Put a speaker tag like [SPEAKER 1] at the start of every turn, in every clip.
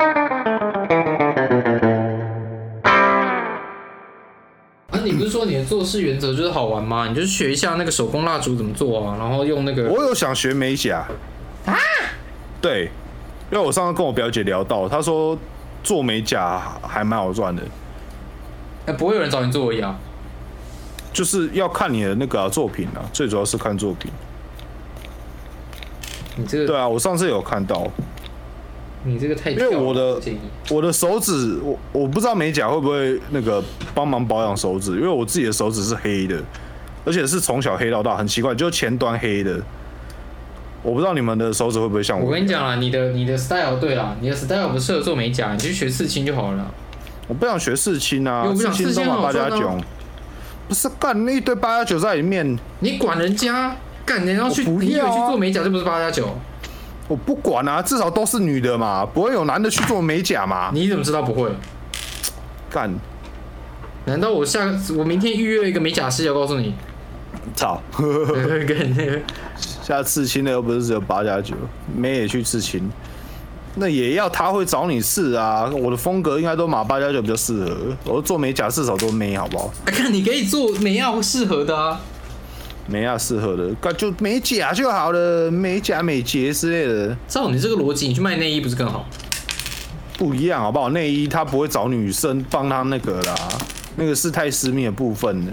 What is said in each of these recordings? [SPEAKER 1] 啊式原则就是好玩嘛，你就学一下那个手工蜡烛怎么做啊，然后用那个
[SPEAKER 2] 我有想学美甲啊，对，因为我上次跟我表姐聊到，她说做美甲还蛮好赚的，
[SPEAKER 1] 哎、不会有人找你做而已啊。
[SPEAKER 2] 就是要看你的那个啊、作品啊，最主要是看作品。
[SPEAKER 1] 你这
[SPEAKER 2] 对
[SPEAKER 1] 个
[SPEAKER 2] 啊，我上次有看到，
[SPEAKER 1] 你这个太
[SPEAKER 2] 因为
[SPEAKER 1] 跳了
[SPEAKER 2] 我的
[SPEAKER 1] 建议，
[SPEAKER 2] 我的手指，我我不知道美甲会不会那个帮忙保养手指，因为我自己的手指是黑的，而且是从小黑到大，很奇怪，就是前端黑的。我不知道你们的手指会不会像我？
[SPEAKER 1] 我跟你，讲啦，你的你的 style 对啦，你的 style 不适合做美甲，你去学刺青就好了啦。
[SPEAKER 2] 我不想学刺青啊
[SPEAKER 1] 因为，我不想
[SPEAKER 2] 青
[SPEAKER 1] 刺
[SPEAKER 2] 都
[SPEAKER 1] 青
[SPEAKER 2] 嘛八
[SPEAKER 1] 很好
[SPEAKER 2] 加
[SPEAKER 1] 赚
[SPEAKER 2] 九
[SPEAKER 1] 啊，
[SPEAKER 2] 不是干那一堆八加九在里面，
[SPEAKER 1] 你管人家干，人家去
[SPEAKER 2] 我不
[SPEAKER 1] 你以为
[SPEAKER 2] 要啊
[SPEAKER 1] 去做美甲就不是八加九？
[SPEAKER 2] 我不管啊，至少都是女的嘛，不会有男的去做美甲嘛，
[SPEAKER 1] 你怎么知道不会？
[SPEAKER 2] 干
[SPEAKER 1] 难道我下我明天预约一个美甲师要告诉你？
[SPEAKER 2] 操，
[SPEAKER 1] 跟那个
[SPEAKER 2] 下刺青的又不是只有八加九，妹也去刺青，那也要他会找你试啊。我的风格应该都马八加九比较适合，我做美甲至少都妹好不好？
[SPEAKER 1] 啊， 看你可以做美亚适合的啊。
[SPEAKER 2] 美亚适合的，干就美甲就好了，美甲美睫之类的
[SPEAKER 1] 照你这个逻辑，你去卖内衣不是更好？
[SPEAKER 2] 不一样好不好？内衣他不会找女生帮他那个啦，那个是太私密的部分了。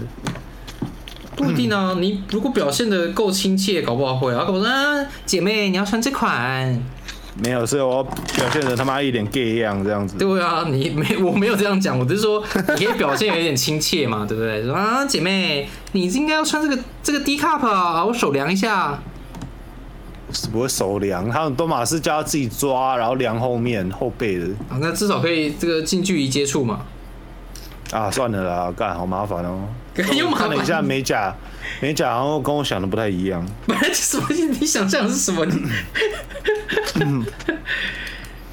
[SPEAKER 1] 不一定啊，
[SPEAKER 2] 嗯
[SPEAKER 1] 你如果表现的够亲切，搞不好会啊。搞不好说啊，姐妹你要穿这款。
[SPEAKER 2] 没有，所以我要表现的他妈一脸 gay 样这样子。
[SPEAKER 1] 对啊，你没 我没有这样讲，我只是说你可以表现有点亲切嘛， 对不对？说啊，姐妹，你应该要穿这个这个 D cup 啊，我手量一下。
[SPEAKER 2] 是不会手量，他们都马是叫他自己抓，然后量后面后背的
[SPEAKER 1] 啊，那至少可以这个近距离接触嘛。
[SPEAKER 2] 啊，算了啦，干好麻烦哦、
[SPEAKER 1] 又麻
[SPEAKER 2] 看了一下
[SPEAKER 1] 烦，
[SPEAKER 2] 美甲，美甲然后跟我想的不太一样，
[SPEAKER 1] 本来就是不是你想象的是什么？你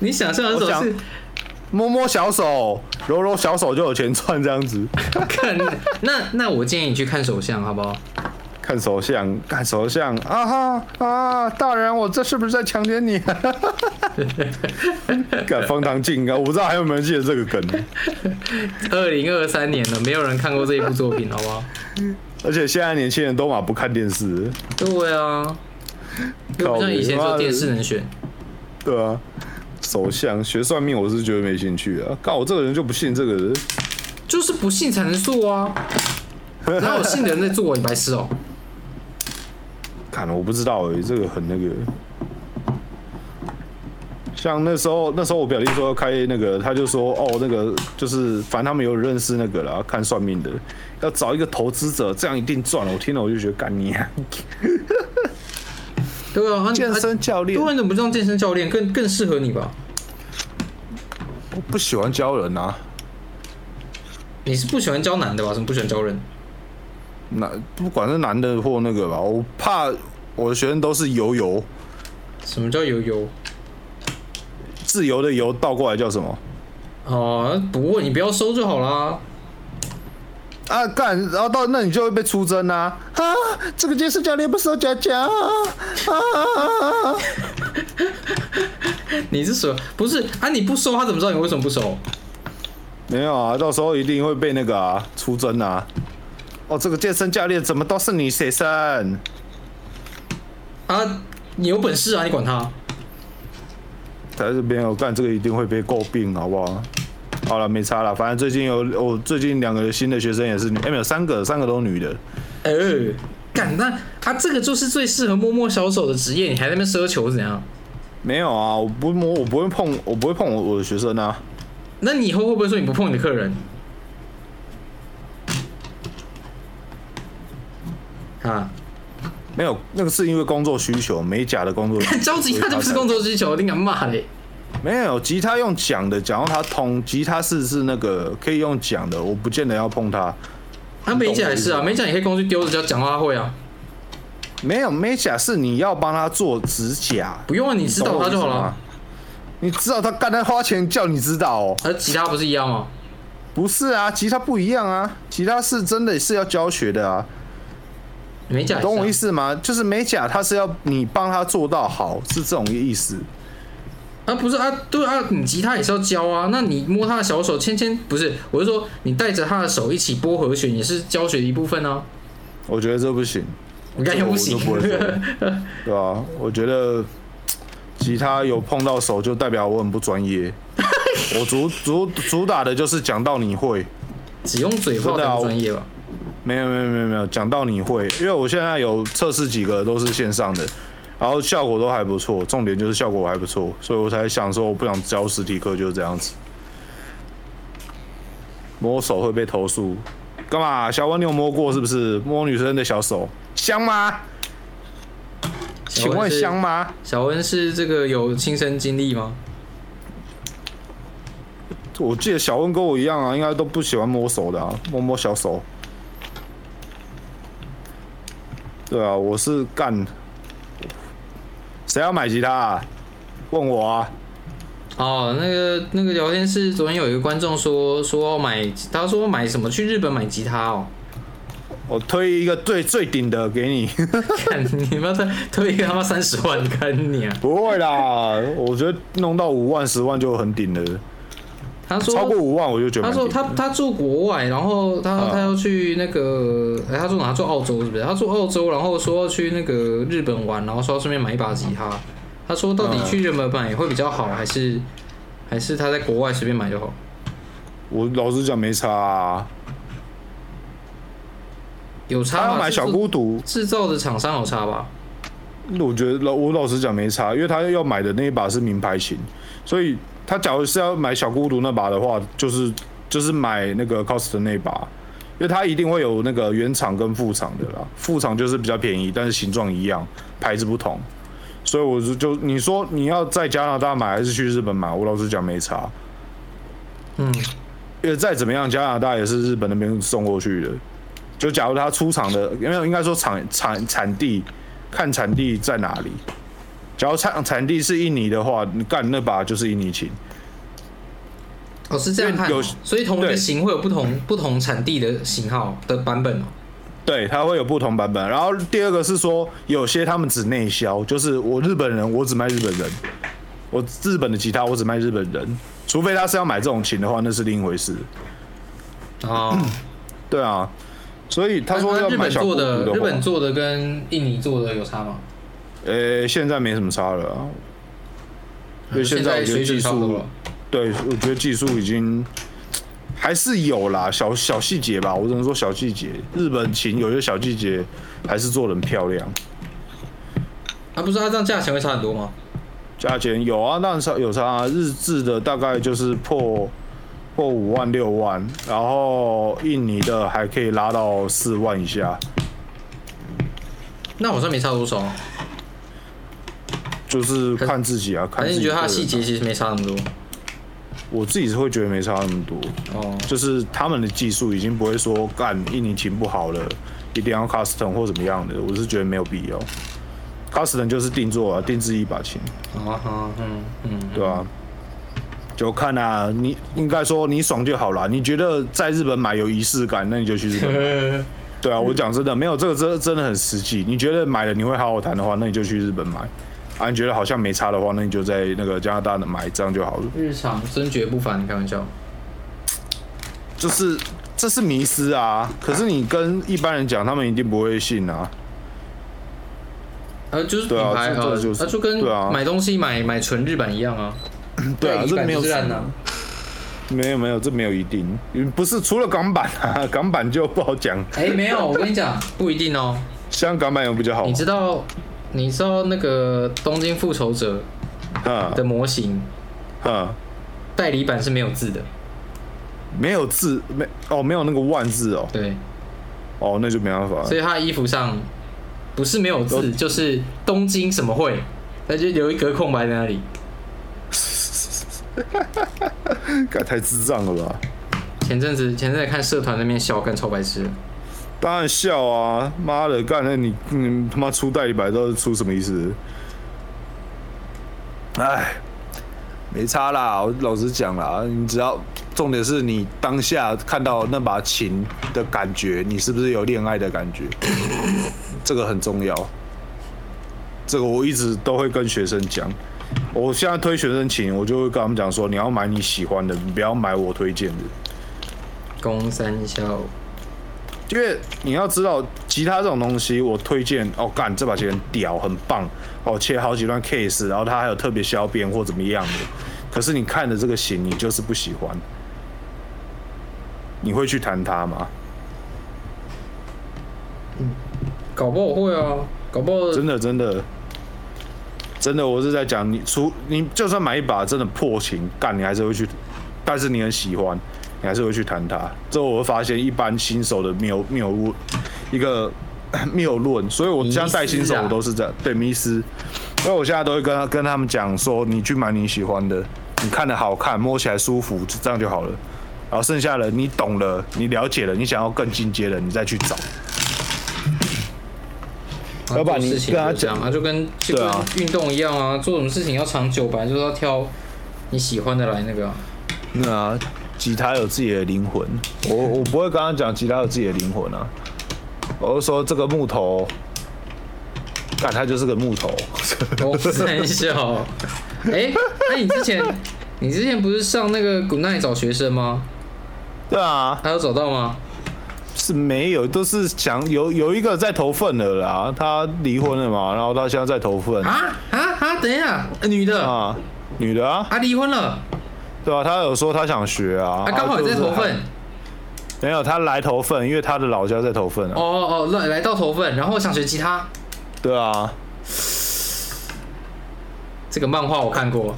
[SPEAKER 1] 你想象的是
[SPEAKER 2] 嗯我
[SPEAKER 1] 什
[SPEAKER 2] 想
[SPEAKER 1] 么？是
[SPEAKER 2] 摸摸小手，揉揉小手就有钱赚这样子。
[SPEAKER 1] 看， 那那我建议你去看手相，好不好？
[SPEAKER 2] 看手相，看手相啊哈啊！大人，我这是不是在强奸你？ 敢方唐镜啊！我不知道还有没有人记得这个梗，
[SPEAKER 1] 二零二三年了，没有人看过这一部作品，好不好？
[SPEAKER 2] 而且现在年轻人都嘛不看电视，
[SPEAKER 1] 对啊，又不像以前只有电视能选。
[SPEAKER 2] 对啊，手相学算命，我是觉得没兴趣啊。干我这个人就不信这个人，
[SPEAKER 1] 就是不信才能做啊！哪有信的人在做啊？你白痴哦、
[SPEAKER 2] 看我不知道哎、这个很那个。像那时候，那时候我表弟说要开那个，他就说哦，那个就是反正他们有认识那个啦，看算命的，要找一个投资者，这样一定赚了。我听了我就觉得干你、啊，
[SPEAKER 1] 对啊，
[SPEAKER 2] 健身教练
[SPEAKER 1] 多人怎么不像健身教练更更适合你吧？
[SPEAKER 2] 我不喜欢教人啊，
[SPEAKER 1] 你是不喜欢教男的吧？什么不喜欢教人？
[SPEAKER 2] 男不管是男的或那个吧，我怕我的学生都是游游
[SPEAKER 1] 什么叫油油？
[SPEAKER 2] 自由的游倒过来叫什么？
[SPEAKER 1] 哦、不问你不要收就好啦。
[SPEAKER 2] 啊干，然后到那你就会被出征啊啊！这个健身教练不收假假啊啊！啊
[SPEAKER 1] 你是什么？不是啊？你不收他怎么知道你为什么不收？
[SPEAKER 2] 没有啊，到时候一定会被那个啊出征啊！哦，这个健身教练怎么都是你学生？
[SPEAKER 1] 啊，你有本事啊，你管他？
[SPEAKER 2] 但是没有干这个一定会被诟病，好不好？好了，没差了，反正最近有我最近两个新的学生也是女，哎、没有三个，三个都女的。
[SPEAKER 1] 哎、干那他这个就是最适合摸摸小手的职业，你还在那边奢求怎样？
[SPEAKER 2] 没有啊，我不摸，我不会碰，我不会碰我我的学生啊。
[SPEAKER 1] 那你以后会不会说你不碰你的客人？啊，
[SPEAKER 2] 没有，那个是因为工作需求，美甲的工 作需求。
[SPEAKER 1] 交吉他就不是工作需求，你敢骂嘞？
[SPEAKER 2] 没有，吉他用讲的，讲到它通。吉他是是那个可以用讲的，我不见得要碰它。
[SPEAKER 1] 啊，美甲也是啊，美甲你可以光去丢，只要讲话会啊，
[SPEAKER 2] 没有美甲是你要帮他做指甲，
[SPEAKER 1] 不用啊，你指导他就好了。。
[SPEAKER 2] 你知道他干他花钱叫你指导哦？
[SPEAKER 1] 而吉他不是一样啊吗？
[SPEAKER 2] 不是啊，吉他不一样啊，吉他是真的是要教学的啊，
[SPEAKER 1] 美甲也是啊
[SPEAKER 2] 懂我意思吗？就是美甲他是要你帮他做到好，是这种意思。
[SPEAKER 1] 啊，不是啊，对啊，你吉他也是要教啊。那你摸他的小手，牵牵不是？我是说，你带着他的手一起拨和弦，也是教学的一部分啊。
[SPEAKER 2] 我觉得这不行，
[SPEAKER 1] 你感觉不行
[SPEAKER 2] 这个我就不会做对吧、啊我觉得吉他有碰到手，就代表我很不 专业。我主主主打的就是讲到你会，
[SPEAKER 1] 只用嘴炮
[SPEAKER 2] 真的
[SPEAKER 1] 才
[SPEAKER 2] 啊
[SPEAKER 1] 不专业吧？
[SPEAKER 2] 没有没有没有没有，讲到你会，因为我现在有测试几个都是线上的，然后效果都还不错，重点就是效果还不错，所以我才想说我不想教实体课就是这样子。摸手会被投诉，干嘛？小温你有摸过是不是？摸女生的小手香吗？请问
[SPEAKER 1] 是
[SPEAKER 2] 香吗？
[SPEAKER 1] 小温是这个有亲身经历吗？
[SPEAKER 2] 我记得小温跟我一样啊，应该都不喜欢摸手的啊，摸摸小手。对啊，我是干。谁要买吉他、啊？问我啊。
[SPEAKER 1] 哦，那个那个聊天室昨天有一个观众说说要买，他说买什么去日本买吉他哦，
[SPEAKER 2] 我推一个最最顶的给你。
[SPEAKER 1] 看你妈的推一个他妈三十万，看你啊！
[SPEAKER 2] 不会啦，我觉得弄到五万、十万就很顶了，
[SPEAKER 1] 他说
[SPEAKER 2] 超过五万我就觉
[SPEAKER 1] 他
[SPEAKER 2] 得蛮
[SPEAKER 1] 说
[SPEAKER 2] 顶的。
[SPEAKER 1] 他他住国外，然后他、
[SPEAKER 2] 啊
[SPEAKER 1] 他要去那个，哎、他住哪？他住澳洲是不是？他住澳洲，然后说要去那个日本玩，然后说要顺便买一把吉他。他说到底
[SPEAKER 2] 嗯
[SPEAKER 1] 去日本买会比较好，还是还是他在国外随便买就好？
[SPEAKER 2] 我老实讲没差、啊，
[SPEAKER 1] 有差
[SPEAKER 2] 他
[SPEAKER 1] 吧
[SPEAKER 2] 要买小孤独，
[SPEAKER 1] 制造的厂商有差吧？
[SPEAKER 2] 我觉得老我老实讲没差，因为他要买的那一把是名牌琴，所以他假如是要买小孤独那把的话，就是就是买那个 cost 的那一把，因为它一定会有那个原厂跟副厂的啦，副厂就是比较便宜，但是形状一样，牌子不同，所以我就就你说你要在加拿大买还是去日本买，我老实讲没差，
[SPEAKER 1] 嗯，
[SPEAKER 2] 因为再怎么样，加拿大也是日本那边送过去的。就假如他出厂的，没有应该说产产产地，看产地在哪里。假如产产地是印尼的话，你干那把就是印尼琴。
[SPEAKER 1] 哦是这样看哦、
[SPEAKER 2] 因为有
[SPEAKER 1] 所以同一个
[SPEAKER 2] 对
[SPEAKER 1] 型会有不同 不同产地的型号的版本哦。
[SPEAKER 2] 对，它会有不同版本。然后第二个是说，有些他们只内销，就是我日本人，我只卖日本人，我日本的吉他我只卖日本人，除非他是要买这种琴的话，那是另一回事。
[SPEAKER 1] 哦，
[SPEAKER 2] 对啊，所以他说
[SPEAKER 1] 那
[SPEAKER 2] 要
[SPEAKER 1] 日
[SPEAKER 2] 买
[SPEAKER 1] 本
[SPEAKER 2] 小
[SPEAKER 1] 做
[SPEAKER 2] 孤独
[SPEAKER 1] 的
[SPEAKER 2] 话
[SPEAKER 1] 日本做的跟印尼做的有差吗？
[SPEAKER 2] 呃、现在没什么差了、啊，因为现在我觉得
[SPEAKER 1] 水准
[SPEAKER 2] 技
[SPEAKER 1] 差不多
[SPEAKER 2] 术
[SPEAKER 1] 了，。
[SPEAKER 2] 对，我觉得技术已经还是有啦，小小细节吧，我只能说小细节。日本琴有些小细节还是做的很漂亮，
[SPEAKER 1] 啊，不是啊，这样价钱会差很多吗？
[SPEAKER 2] 价钱有啊，那差有差、啊，日制的大概就是破破五万六万，然后印尼的还可以拉到四万以下，
[SPEAKER 1] 那好像没差多少啊，
[SPEAKER 2] 就是看自己啊，看
[SPEAKER 1] 反
[SPEAKER 2] 自
[SPEAKER 1] 正
[SPEAKER 2] 己
[SPEAKER 1] 你觉得它的
[SPEAKER 2] 个
[SPEAKER 1] 细
[SPEAKER 2] 人
[SPEAKER 1] 节
[SPEAKER 2] 啊，
[SPEAKER 1] 其实没差那么多。
[SPEAKER 2] 我自己是会觉得没差那么多。
[SPEAKER 1] 哦，
[SPEAKER 2] 就是他们的技术已经不会说干印尼琴不好了，一定要 custom 或怎么样的，我是觉得没有必要。custom 就是定做啊，定制一把琴，
[SPEAKER 1] 啊哈，嗯嗯，
[SPEAKER 2] 对吧、就看啊，你应该说你爽就好啦。你觉得在日本买有仪式感，那你就去日 本。
[SPEAKER 1] 呃，
[SPEAKER 2] 对啊，我讲真的，没有这个真真的很实际。你觉得买了你会好好弹的话，那你就去日本买。啊，你觉得好像没差的话，那你就在那个加拿大的买，这样就好了。
[SPEAKER 1] 日常真绝不凡，你开玩笑。
[SPEAKER 2] 就是这是迷失啊。可是你跟一般人讲，他们一定不会信啊。
[SPEAKER 1] 呃，就是品
[SPEAKER 2] 对啊
[SPEAKER 1] 牌
[SPEAKER 2] 这
[SPEAKER 1] 呃
[SPEAKER 2] 这就是
[SPEAKER 1] 啊，就跟
[SPEAKER 2] 对啊
[SPEAKER 1] 买东西买买纯日版一样啊。
[SPEAKER 2] 对啊，这
[SPEAKER 1] 日版
[SPEAKER 2] 没有
[SPEAKER 1] 就是烂啊。
[SPEAKER 2] 没有没有，这没有一定，嗯不是除了港版啊， 港版就不好讲，
[SPEAKER 1] 哎，没有，我跟你 讲，不一定哦。
[SPEAKER 2] 香港版有比较好
[SPEAKER 1] 你。知道，你知道那个《东京复仇者》
[SPEAKER 2] 嗯
[SPEAKER 1] 的模型
[SPEAKER 2] 嗯，
[SPEAKER 1] 代理版是没有字的，
[SPEAKER 2] 没有字，没哦，没有那个万字哦，
[SPEAKER 1] 对，
[SPEAKER 2] 哦，那就没办法了
[SPEAKER 1] 所。以他的衣服上不是没有字，
[SPEAKER 2] 都
[SPEAKER 1] 就是东京什么会，那就留一格空白在那里。
[SPEAKER 2] 干太智障了吧？
[SPEAKER 1] 前阵子前阵子看社团那边笑，干超白痴的。
[SPEAKER 2] 当然笑啊！妈的，干那你你他妈出代理白到底出什么意思？哎，没差啦，我老实讲啦，你只要重点是你当下看到那把琴的感觉，你是不是有恋爱的感觉？ 这个很重要，这个我一直都会跟学生讲。我现在推学生琴，我就会跟他们讲说，你要买你喜欢的，你不要买我推荐的。
[SPEAKER 1] 公三小
[SPEAKER 2] 因为你要知道，吉他这种东西，我推荐哦，干这把琴很屌，很棒，哦，切好几段 case，然后它还有特别削边或怎么样的。可是你看的这个型，你就是不喜欢，你会去弹它吗？
[SPEAKER 1] 搞不好会啊，搞不好
[SPEAKER 2] 真的，真的，真的，我是在讲，你除你就算买一把真的破琴，干你还是会去，但是你很喜欢，你还是会去弹它。这我会发现一般新手的谬谬误一个 谬论，所以我现在带新手
[SPEAKER 1] 迷思啊
[SPEAKER 2] 我都是这样，对迷失，因为我现在都会跟他跟他们讲说，你去买你喜欢的，你看的好看，摸起来舒服，这样就好了。然后剩下的你懂了，你了解了，你想要更进阶的，你再去找。
[SPEAKER 1] 啊
[SPEAKER 2] 要不然
[SPEAKER 1] 做
[SPEAKER 2] 你
[SPEAKER 1] 事情
[SPEAKER 2] 跟他
[SPEAKER 1] 就这样啊，就跟就
[SPEAKER 2] 对
[SPEAKER 1] 跟
[SPEAKER 2] 啊
[SPEAKER 1] 运动一样啊，做什么事情要长久，本来就是要挑你喜欢的来那个啊、
[SPEAKER 2] 那吉他有自己的灵魂，我我不会跟他讲吉他有自己的灵魂啊，我是说这个木头，干它就是个木头，
[SPEAKER 1] 公三小，哎、那你之前你之前不是上那个 Good Night 找学生吗？
[SPEAKER 2] 对啊，
[SPEAKER 1] 还有找到吗？
[SPEAKER 2] 是没有，都是想有有一个在投份了啦，他离婚了嘛，然后他现在在投份
[SPEAKER 1] 啊啊啊！等一下，呃女的啊
[SPEAKER 2] 啊，女的啊，
[SPEAKER 1] 离婚了，
[SPEAKER 2] 对啊，他有说他想学啊，
[SPEAKER 1] 啊刚好也在投
[SPEAKER 2] 她就
[SPEAKER 1] 份
[SPEAKER 2] 是，没有，他来投份，因为他的老家在投份
[SPEAKER 1] 哦
[SPEAKER 2] 啊，
[SPEAKER 1] 哦哦，来来到投份，然后想学吉他，
[SPEAKER 2] 对啊，
[SPEAKER 1] 这个漫画我看过，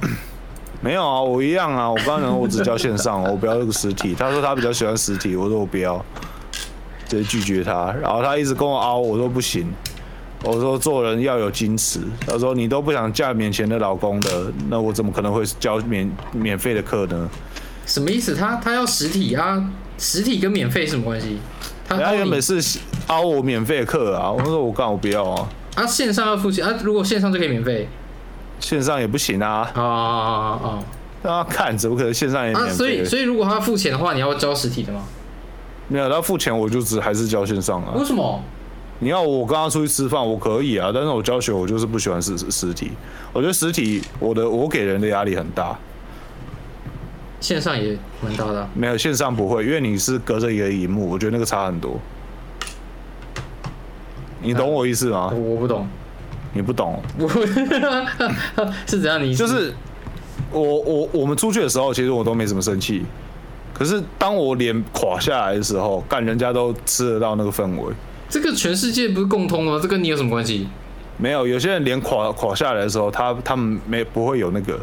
[SPEAKER 2] 没有啊，我一样啊，我刚刚我只教线上， 我不要这个实体。他说他比较喜欢实体，我说我不要，直接拒绝他。然后他一直跟我凹，我说不行，我说做人要有矜持。他说你都不想嫁免钱的老公的，那我怎么可能会教免免费的课呢？
[SPEAKER 1] 什么意思？他他要实体啊，实体跟免费什么关系？他
[SPEAKER 2] 然后
[SPEAKER 1] 凹
[SPEAKER 2] 原
[SPEAKER 1] 你
[SPEAKER 2] 本是凹我免费的课啊，我说我干我不要啊，
[SPEAKER 1] 啊，线上要付钱啊，如果线上就可以免费
[SPEAKER 2] 线上也不行啊，
[SPEAKER 1] 啊啊啊啊啊！
[SPEAKER 2] 那看怎么可能线上也
[SPEAKER 1] 啊，
[SPEAKER 2] 免
[SPEAKER 1] 所以
[SPEAKER 2] 费？
[SPEAKER 1] 所以如果他付钱的话，你要交实体的吗？
[SPEAKER 2] 没有，他付钱我就只还是教线上啊
[SPEAKER 1] 为。什么？
[SPEAKER 2] 你要我跟他出去吃饭，我可以啊，但是我教学我就是不喜欢实实体，我觉得实体我的我给人的压力很大，
[SPEAKER 1] 线上也蛮大的啊、
[SPEAKER 2] 没有线上不会，因为你是隔着一个荧幕，我觉得那个差很多。你懂啊我意思吗？
[SPEAKER 1] 我我不懂，
[SPEAKER 2] 你不懂，
[SPEAKER 1] 我 是怎样？你
[SPEAKER 2] 就是我我我们出去的时候，其实我都没怎么生气，可是当我脸垮下来的时候，干人家都吃得到那个氛围。
[SPEAKER 1] 这个全世界不是共通的吗？这跟你有什么关系？
[SPEAKER 2] 没有，有些人脸垮垮下来的时候，他他们没不会有那个，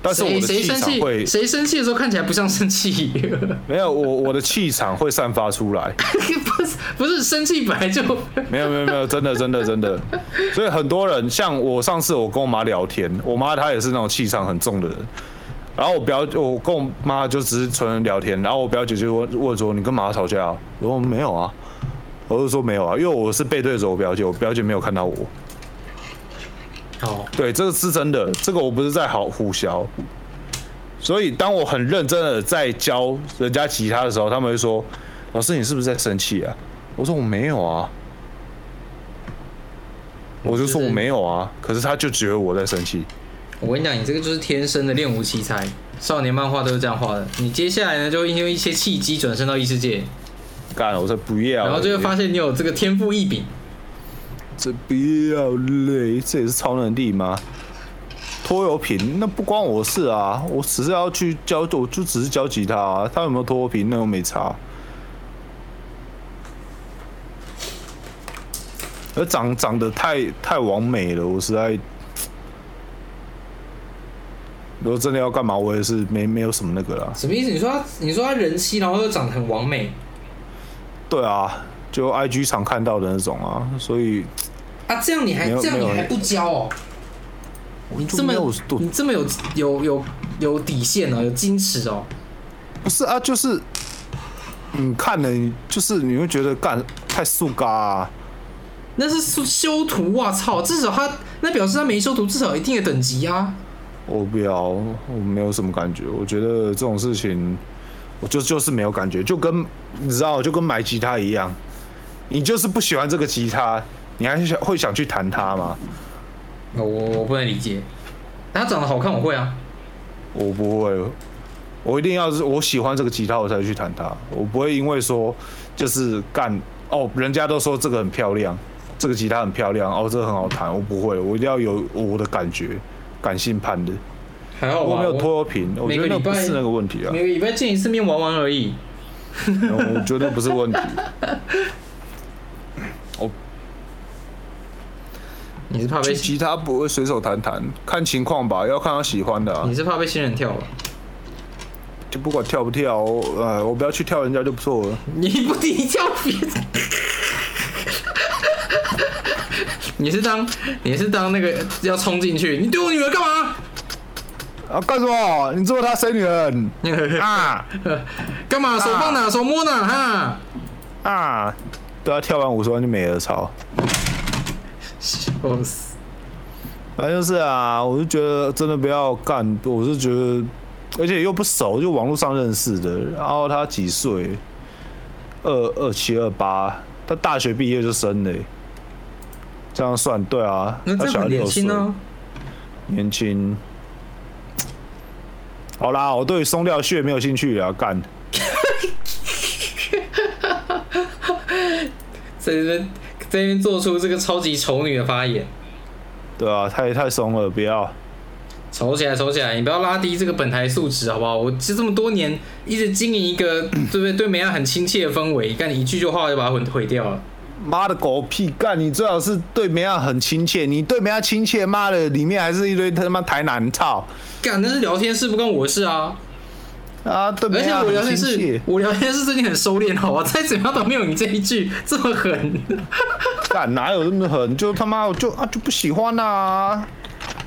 [SPEAKER 2] 但是我
[SPEAKER 1] 谁
[SPEAKER 2] 的
[SPEAKER 1] 谁
[SPEAKER 2] 气
[SPEAKER 1] 生
[SPEAKER 2] 场会
[SPEAKER 1] 气？谁生气的时候看起来不像生 气？
[SPEAKER 2] 没有，我我的气场会散发出来。
[SPEAKER 1] 不是不是生气本来就
[SPEAKER 2] 没有没有没有，真的真的真的。所以很多人像我上次我跟我妈聊天，我妈她也是那种气场很重的人。然后我表我跟我妈就只是纯纯聊天，然后我表姐就问问说你跟妈妈吵架、啊？我说没有啊，我就说没有啊，因为我是背对着我表姐，我表姐没有看到我。
[SPEAKER 1] 好
[SPEAKER 2] 对，这个是真的，这个我不是在好胡淆。所以当我很认真的在教人家吉他的时候，他们会说：“老师，你是不是在生气啊？”我说：“我没有啊。”我就说我没有啊，可是他就觉得我在生气。
[SPEAKER 1] 我跟你讲，你这个就是天生的练武奇才，少年漫画都是这样画的。你接下来呢，就因为一些契机转身到异世界，
[SPEAKER 2] 干，我说不要，
[SPEAKER 1] 然后就会发现你有这个天赋异禀。
[SPEAKER 2] 这不要累，这也是超能力吗？拖油瓶那不关我事啊，我只是要去教，我就只是教吉他、啊，他有没有拖油瓶那又没差。而长长得太太完美了，我实在，如果真的要干嘛，我也是没没有什么那个啦。
[SPEAKER 1] 什么意思？你说他，你说他人妻，然后又长得很完美，
[SPEAKER 2] 对啊，就 IG 常看到的那种啊，所以
[SPEAKER 1] 啊，这样你还
[SPEAKER 2] 没有
[SPEAKER 1] 这样你
[SPEAKER 2] 没有
[SPEAKER 1] 还不教哦？
[SPEAKER 2] 我
[SPEAKER 1] 你
[SPEAKER 2] 就
[SPEAKER 1] 这么
[SPEAKER 2] 没有
[SPEAKER 1] 你这么有有有有底线哦，有矜持哦。
[SPEAKER 2] 不是啊，就是你看了，你就是你会觉得干太速嘎、啊，
[SPEAKER 1] 那是修修图，哇操！至少他那表示他没修图，至少有一定的等级啊。
[SPEAKER 2] 我不要，我没有什么感觉。我觉得这种事情，我就就是没有感觉，就跟你知道，就跟买吉他一样，你就是不喜欢这个吉他，你还想会想去弹它吗？
[SPEAKER 1] 我我不能理解，他长得好看，我会啊。
[SPEAKER 2] 我不会，我一定要是我喜欢这个吉他，我才去弹它。我不会因为说就是干哦，人家都说这个很漂亮，这个吉他很漂亮，哦，这个很好弹，我不会，我一定要有我的感觉，感性判的。
[SPEAKER 1] 还好
[SPEAKER 2] 我
[SPEAKER 1] 吧，
[SPEAKER 2] 没有拖
[SPEAKER 1] 我
[SPEAKER 2] 油瓶，我
[SPEAKER 1] 每
[SPEAKER 2] 觉
[SPEAKER 1] 个
[SPEAKER 2] 得那
[SPEAKER 1] 礼
[SPEAKER 2] 不
[SPEAKER 1] 拜
[SPEAKER 2] 是那个问题啊
[SPEAKER 1] 每，个礼拜见一次面玩玩而已。
[SPEAKER 2] 我觉得不是问题。
[SPEAKER 1] 你是怕被
[SPEAKER 2] 吉他不会随手弹弹，看情况吧，要看他喜欢的啊
[SPEAKER 1] 你。是怕被仙人跳吧？
[SPEAKER 2] 就不管跳不跳，我呃，我不要去跳人家就不错了。
[SPEAKER 1] 你不低调别人。你是当你是当那个要冲进去，你对我女儿干 嘛？
[SPEAKER 2] 啊，干什么？你做他生女人啊
[SPEAKER 1] 干嘛？手放哪？手摸哪？哈！
[SPEAKER 2] 啊！对啊，跳完五十万就没了，操！
[SPEAKER 1] 笑死！
[SPEAKER 2] 反正就是啊，我就觉得真的不要干，我是觉得，而且又不熟，就网络上认识的。然后他几岁？二二七二八，他大学毕业就生了欸、这样算对啊，
[SPEAKER 1] 那
[SPEAKER 2] 他
[SPEAKER 1] 这
[SPEAKER 2] 小
[SPEAKER 1] 样
[SPEAKER 2] 孩
[SPEAKER 1] 很年
[SPEAKER 2] 六岁
[SPEAKER 1] 轻哦。
[SPEAKER 2] 年轻。好啦，我对于松掉屑没有兴趣啊，干。
[SPEAKER 1] 在这边在这边做出这个超级丑女的发言，
[SPEAKER 2] 对啊，太太松了，不要。
[SPEAKER 1] 丑起来，丑起来！你不要拉低这个本台素质，好不好？我这这么多年一直经营一个 对不对对美亚很亲切的氛围，干你一句就话就把它毁毁掉了。
[SPEAKER 2] 妈的狗屁干！你最好是对梅亚很亲切，你对梅亚亲切，妈的里面还是一堆他妈台南操
[SPEAKER 1] 干那是聊天室，不关我的事啊！
[SPEAKER 2] 啊！对
[SPEAKER 1] 而
[SPEAKER 2] 梅
[SPEAKER 1] 且
[SPEAKER 2] 亚
[SPEAKER 1] 我聊
[SPEAKER 2] 很
[SPEAKER 1] 天
[SPEAKER 2] 亲
[SPEAKER 1] 室
[SPEAKER 2] 切，，
[SPEAKER 1] 我聊天室最近很收敛，好吧？再怎么样都没有你这一句这么 狠。
[SPEAKER 2] 干哪有那么狠？就他妈我就啊就不喜欢啊！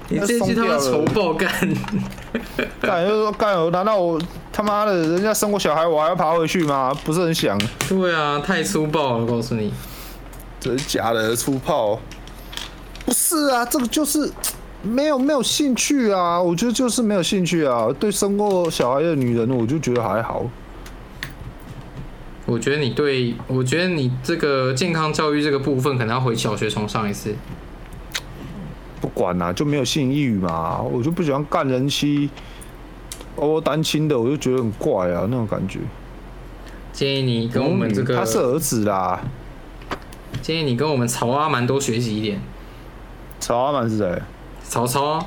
[SPEAKER 1] 你这一句他妈仇报干，
[SPEAKER 2] 干就说干，我难道我他妈的人家生过小孩，我还要爬回去吗？不是很想，
[SPEAKER 1] 对啊，太粗暴了，我告诉你。
[SPEAKER 2] 真的假的粗炮？不是啊，这个就是没有没有兴趣啊！我觉得就是没有兴趣啊。对生过小孩的女人，我就觉得还好。
[SPEAKER 1] 我觉得你对，我觉得你这个健康教育这个部分，可能要回小学重上一次。
[SPEAKER 2] 不管啦、就没有性欲嘛，我就不喜欢干人妻。哦，我单亲的我就觉得很怪啊，那种感觉。嗯
[SPEAKER 1] 建议你跟我们这个，
[SPEAKER 2] 他是儿子啦，
[SPEAKER 1] 建议你跟我们曹阿蛮多学习一点。
[SPEAKER 2] 曹阿曼是谁？
[SPEAKER 1] 曹操啊，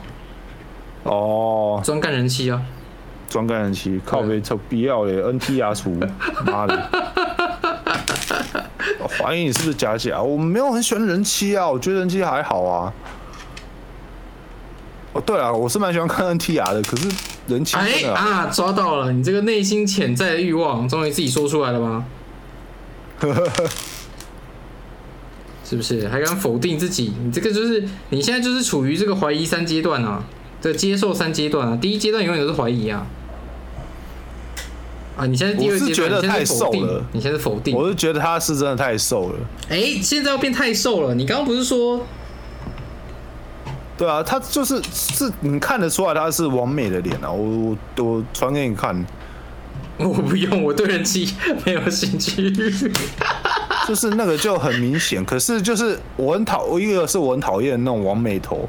[SPEAKER 2] 哦，
[SPEAKER 1] 专干人妻啊，
[SPEAKER 2] 专干人妻，靠背臭必要嘞，NT 牙除，妈的！我怀疑你是不是假假？我没有很喜欢人妻啊，我觉得人妻还好啊。哦，对啊，我是蛮喜欢看 NT 牙的，可是人妻
[SPEAKER 1] 哎
[SPEAKER 2] 真的啊、
[SPEAKER 1] 啊，抓到了！你这个内心潜在的欲望，终于自己说出来了 吗？是不是还敢否定自己？你这个就是你现在就是处于这个怀疑三阶段啊，这接受三阶段啊。第一阶段永远都是怀疑啊。啊，你现在第二阶段，
[SPEAKER 2] 我是觉得
[SPEAKER 1] 你现在
[SPEAKER 2] 太
[SPEAKER 1] 是
[SPEAKER 2] 瘦
[SPEAKER 1] 否定
[SPEAKER 2] 了，
[SPEAKER 1] 你现在是否定。
[SPEAKER 2] 我是觉得他是真的太瘦了。
[SPEAKER 1] 哎、现在要变太瘦了。你刚刚不是说
[SPEAKER 2] 对啊，他就是是你看得出来他是完美的脸啊，我我我传给你看，
[SPEAKER 1] 我不用，我对人气没有兴趣？
[SPEAKER 2] 就是那个就很明显。可是就是我很讨，我一个是我很讨厌那种完美头，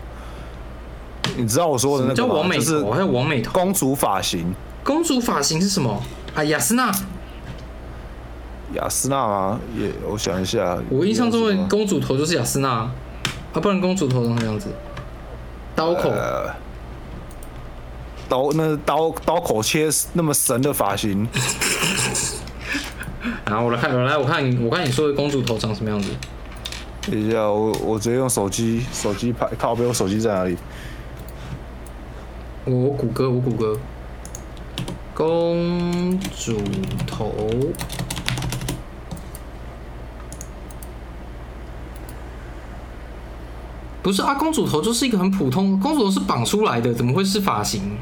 [SPEAKER 2] 你知道我说的那
[SPEAKER 1] 叫
[SPEAKER 2] 个
[SPEAKER 1] 王
[SPEAKER 2] 吗？
[SPEAKER 1] 美
[SPEAKER 2] 就是
[SPEAKER 1] 头，啊还有王美头。
[SPEAKER 2] 公主发型，
[SPEAKER 1] 公主发型是什么？啊，雅诗娜。
[SPEAKER 2] 雅诗娜吗？也我想一下，
[SPEAKER 1] 我印象中
[SPEAKER 2] 有什
[SPEAKER 1] 的
[SPEAKER 2] 么
[SPEAKER 1] 公主头就是雅诗娜，啊，不然公主头长什么样子？刀口，
[SPEAKER 2] 呃刀那刀刀口切那么神的发型，
[SPEAKER 1] 然后我来看，我来我看你，我看你说的公主头长什么样子？
[SPEAKER 2] 等一下我我直接用手机手机拍，靠背我手机在哪里？
[SPEAKER 1] 我我谷歌，我谷歌，公主头，不是啊，公主头就是一个很普通，公主头是绑出来的，怎么会是发型？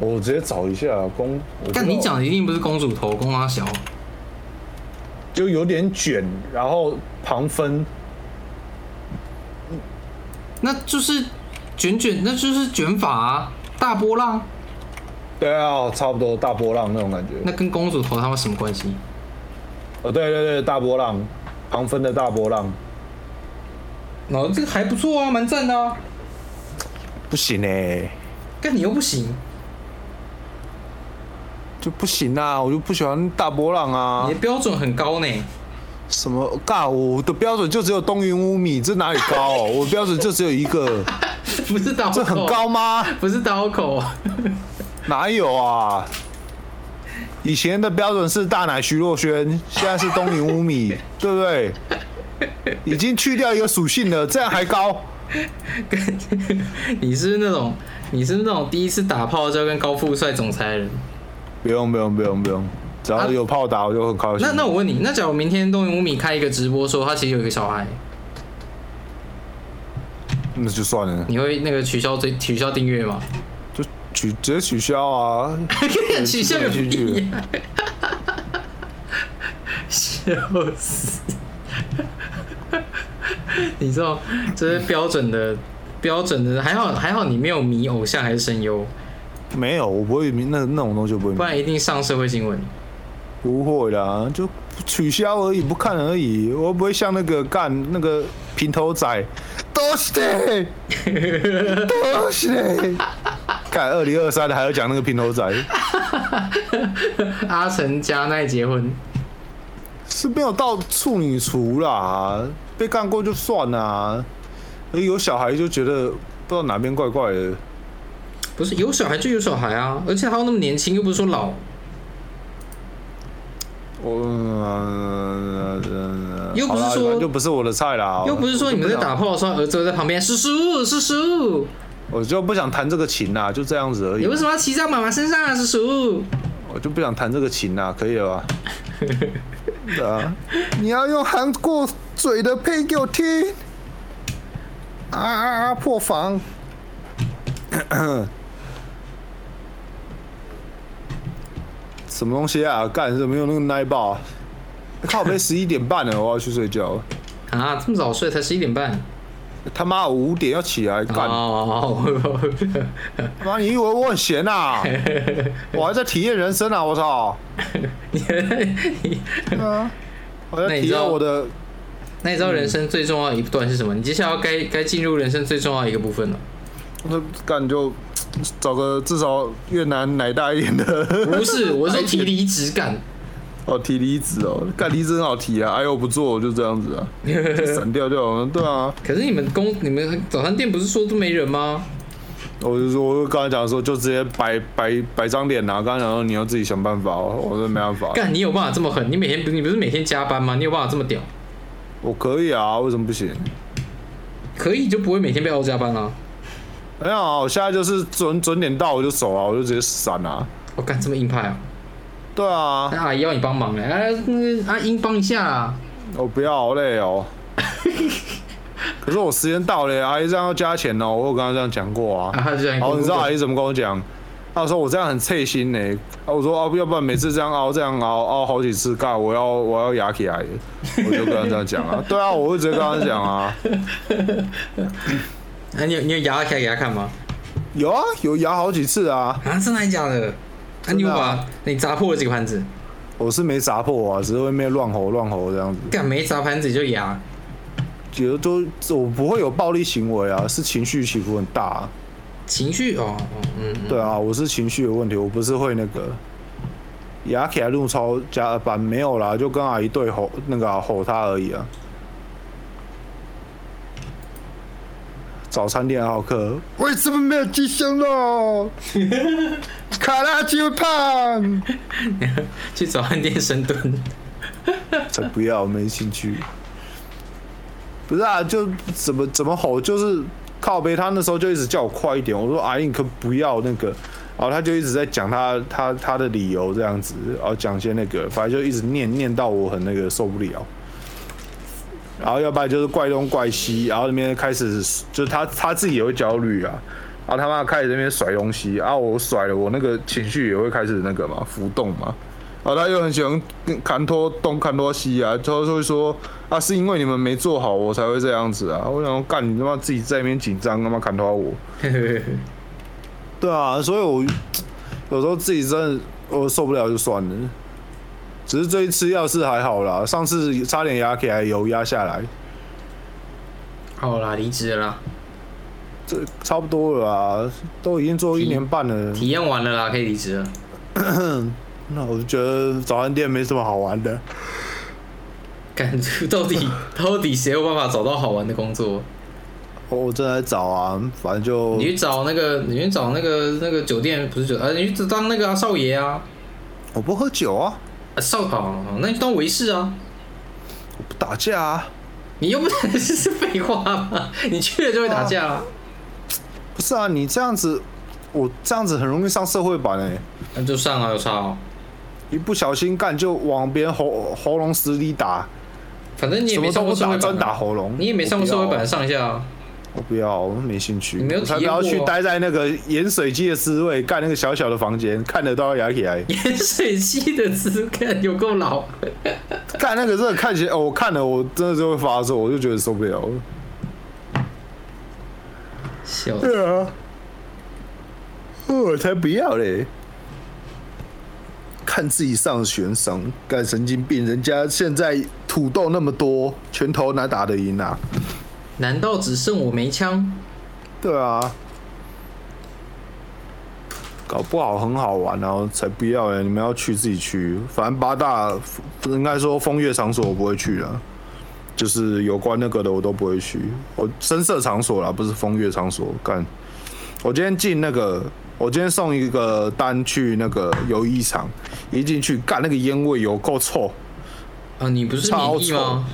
[SPEAKER 2] 我直接找一下公，我
[SPEAKER 1] 但
[SPEAKER 2] 不
[SPEAKER 1] 你
[SPEAKER 2] 知道
[SPEAKER 1] 讲的一定不是公主头，公阿小。
[SPEAKER 2] 就有点卷，然后旁分，
[SPEAKER 1] 那就是卷卷，那就是卷发啊，大波浪，
[SPEAKER 2] 对啊，差不多大波浪那种感觉。
[SPEAKER 1] 那跟公主头他们什么关系？
[SPEAKER 2] 哦，对对对，大波浪，旁分的大波浪。
[SPEAKER 1] 哦，这个还不错啊，蛮赞的啊。
[SPEAKER 2] 不行哎、
[SPEAKER 1] 但你又不行，
[SPEAKER 2] 就不行啊！我就不喜欢大波浪啊
[SPEAKER 1] 你的！标准很高呢。
[SPEAKER 2] 什么尬？我的标准就只有东云五米，这哪里高、 哦？我的标准就只有一个，
[SPEAKER 1] 不是刀口，
[SPEAKER 2] 这很高，吗？
[SPEAKER 1] 不是刀口。
[SPEAKER 2] 哪有啊？以前的标准是大奶徐若瑄，现在是东云五米，对不对？已经去掉一个属性了，这样还高？
[SPEAKER 1] 你是不是那种，你是不是那种第一次打炮就要跟高富帅总裁的人。
[SPEAKER 2] 不用不用不用不用，只要有炮打我就很高兴。
[SPEAKER 1] 啊那那我问你，那假如明天东云五米开一个直播，说他其实有一个小孩，
[SPEAKER 2] 那就算了，
[SPEAKER 1] 你会那个取消追取消订阅吗？
[SPEAKER 2] 就取直接取消 啊！
[SPEAKER 1] 嗯取消个
[SPEAKER 2] 取消
[SPEAKER 1] 屁呀！笑死！你知道，这是标准的标准的，还好还好你没有迷偶像还是声优，
[SPEAKER 2] 没有，我不会迷那那种东西，我不会
[SPEAKER 1] 不
[SPEAKER 2] 迷，
[SPEAKER 1] 然一定上社会新闻。
[SPEAKER 2] 不会啦，就取消而已，不看而已。我不会像那个干那个平头仔，都是的， 都是的。干二零二三的还要讲那个平头仔，
[SPEAKER 1] 阿成加奈结婚，
[SPEAKER 2] 是没有到处女厨啦，被干过就算啦，而有小孩就觉得不知道哪边怪怪的。
[SPEAKER 1] 不是有小孩就有小孩啊，而且还有那么年轻，又不是说老。
[SPEAKER 2] 我、呃呃
[SPEAKER 1] 又不是
[SPEAKER 2] 好啦
[SPEAKER 1] 说
[SPEAKER 2] 反正就不是我的菜啦，
[SPEAKER 1] 又不是说你们在打炮的时候，儿子会在旁边叔叔叔叔，
[SPEAKER 2] 我就不想弹这个琴啦，就这样子而已
[SPEAKER 1] 你。为什么要骑在妈妈身上啊，叔叔？
[SPEAKER 2] 我就不想弹这个琴啦，可 以了吧？对啊，你要用含过嘴的配给我听。啊啊啊！破防。什么东西啊？干什么用那个奶爸？靠背十一点半了，我要去睡觉了。
[SPEAKER 1] 啊，这么早睡才十一点半。
[SPEAKER 2] 他妈，我五点要起
[SPEAKER 1] 啊
[SPEAKER 2] 来干。
[SPEAKER 1] 哦，
[SPEAKER 2] 妈，你以为我很闲 呐、啊？我还在体验人生啊！我操！
[SPEAKER 1] 你你
[SPEAKER 2] 啊，我
[SPEAKER 1] 那
[SPEAKER 2] 在
[SPEAKER 1] 你
[SPEAKER 2] 体
[SPEAKER 1] 知道
[SPEAKER 2] 验我的
[SPEAKER 1] 那你知道人生最重要的一段是什么？你接下来要该该进入人生最重要的一个部分了。
[SPEAKER 2] 那干就找个至少越南奶大一点的
[SPEAKER 1] 不是，我是提离职感。
[SPEAKER 2] 哦，提离子哦，干离子很好提啊，哎呦不做我就这样子 啊，闪掉掉了，对啊，
[SPEAKER 1] 可是你们公你们早餐店不是说都没人吗？
[SPEAKER 2] 我就说我刚才讲说就直接摆摆摆张脸啊，刚才讲说你要自己想办法哦，我说没办法，
[SPEAKER 1] 干，你有办法这么狠？你每天不你不是每天加班吗？你有办法这么屌？
[SPEAKER 2] 我可以啊，为什么不行？
[SPEAKER 1] 可以就不会每天被熬加班啊啦、
[SPEAKER 2] 没有啊，我现在就是准准点到我就走啊，我就直接闪啊，
[SPEAKER 1] 我、干这么硬派啊！
[SPEAKER 2] 对啊
[SPEAKER 1] 那，阿姨要你帮忙哎、哎、嗯阿英帮一下啊！
[SPEAKER 2] 我不要，好累哦。可是我时间到了，阿姨这样要加钱哦，我有跟她这样讲过啊
[SPEAKER 1] 啊，他就这样。
[SPEAKER 2] 然后你知道阿姨怎么跟我讲？她说我这样很脆心呢、啊，我说啊，要不然每次这样熬，这样熬熬好几次，干我要我要牙起来，我就跟她这样讲啊。对啊，我会直接跟她讲啊。
[SPEAKER 1] 哎、你有你有牙开给他看吗？
[SPEAKER 2] 有啊，有牙好几次啊，
[SPEAKER 1] 啊，真的还假的？啊，你有把你砸破了几个盘子？
[SPEAKER 2] 我是没砸破啊，只是外面乱吼乱吼这样子，
[SPEAKER 1] 干没砸盘子就牙，
[SPEAKER 2] 觉得都我不会有暴力行为啊，是情绪起伏很大、啊。
[SPEAKER 1] 情绪哦，哦嗯，嗯
[SPEAKER 2] 对啊，我是情绪有问题，我不是会那个牙起来怒超加班没有啦，就跟阿姨对吼那个啊、吼她而已啊。早餐店好客，为什么没有鸡胸肉？卡拉鸡胖，
[SPEAKER 1] 去早餐店深蹲。
[SPEAKER 2] 才不要，没兴趣。不是啊，就怎么怎么吼，就是靠背。他那时候就一直叫我快一点，我说阿姨，你可不要那个。然后他就一直在讲他他他的理由这样子，然后讲一些那个，反正就一直念念到我很那个受不了。然后要不然就是怪东怪西，然后那边开始就是他他自己也会焦虑啊，然后他妈开始那边甩东西啊，我甩了我那个情绪也会开始那个嘛浮动嘛，然后他又很喜欢砍拖东砍拖西啊，他就会说啊是因为你们没做好我才会这样子啊，我想说干你他妈自己在那边紧张他妈砍拖我，对啊，所以我有时候自己真的我受不了就算了，只是这一次要是还好啦，上次差点压起来油压下来。
[SPEAKER 1] 好啦，离职了啦。
[SPEAKER 2] 这差不多了啊，都已经做一
[SPEAKER 1] 体
[SPEAKER 2] 年半了。
[SPEAKER 1] 体验完了啦，可以离职了。
[SPEAKER 2] 那我就觉得早餐店没什么好玩的。
[SPEAKER 1] 感觉 到底 到底谁有办法找到好玩的工作？
[SPEAKER 2] 我我正在找啊，反正就
[SPEAKER 1] 你去找那个，你去找那个那个酒店，不是酒，呃、你去当那个、啊、少爷啊，
[SPEAKER 2] 我不喝酒啊，
[SPEAKER 1] 啊少啊，那你就当维士啊。
[SPEAKER 2] 我不打架啊，
[SPEAKER 1] 你又不是 这是废话吗？你去了就会打架啊。
[SPEAKER 2] 不是啊，你这样子，我这样子很容易上社会版哎、
[SPEAKER 1] 那就上啊，有差哦。
[SPEAKER 2] 一不小心干就往别人喉喉咙死里打，
[SPEAKER 1] 反正你也
[SPEAKER 2] 什
[SPEAKER 1] 没
[SPEAKER 2] 么都
[SPEAKER 1] 上过
[SPEAKER 2] 不
[SPEAKER 1] 社会
[SPEAKER 2] 打，
[SPEAKER 1] 版、
[SPEAKER 2] 专打
[SPEAKER 1] 啊，
[SPEAKER 2] 喉咙。
[SPEAKER 1] 你也没上过社会版，上一下啊。
[SPEAKER 2] 我不要，我没兴趣。
[SPEAKER 1] 你没有
[SPEAKER 2] 我
[SPEAKER 1] 体
[SPEAKER 2] 才
[SPEAKER 1] 验
[SPEAKER 2] 不要去
[SPEAKER 1] 过啊
[SPEAKER 2] 待在那个盐水鸡的滋味，干那个小小的房间，看得到牙起来。
[SPEAKER 1] 盐水鸡的质感有够老，
[SPEAKER 2] 干那个真的看起来，哦我看了我真的就会发作，我就觉得受不了了。
[SPEAKER 1] 笑死。
[SPEAKER 2] 对啊，我才不要嘞！看自己上悬赏，干神经病！人家现在土豆那么多，拳头哪打得赢啊？
[SPEAKER 1] 难道只剩我没枪？
[SPEAKER 2] 对啊，搞不好很好玩啊，我才不要嘞！你们要去自己去，反正八大应该说风月场所我不会去了。就是有关那个的我都不会去，我声色场所啦，不是风月场所。干，我今天进那个，我今天送一个单去那个游艺场，一进去干那个烟味有够臭，
[SPEAKER 1] 啊，你不是免疫吗？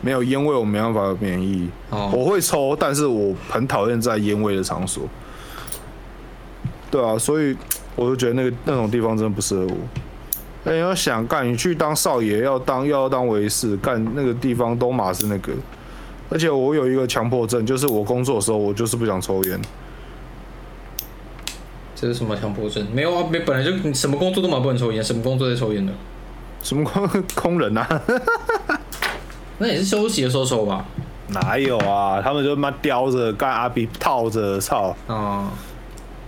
[SPEAKER 2] 没有烟味我没办法免疫。
[SPEAKER 1] 哦，
[SPEAKER 2] 我会抽，但是我很讨厌在烟味的场所。对啊，所以我就觉得那个那种地方真的不适合我。哎、你要想干，你去当少爷，要当要当维士，干那个地方都马是那个。而且我有一个强迫症，就是我工作的时候，我就是不想抽烟。
[SPEAKER 1] 这是什么强迫症？没有啊，没本来就你什么工作都嘛不能抽烟，什么工作在抽烟的？
[SPEAKER 2] 什么空 空人啊？
[SPEAKER 1] 那也是休息的时候抽吧？
[SPEAKER 2] 哪有啊？他们就妈叼着，干阿比套着，操！
[SPEAKER 1] 啊，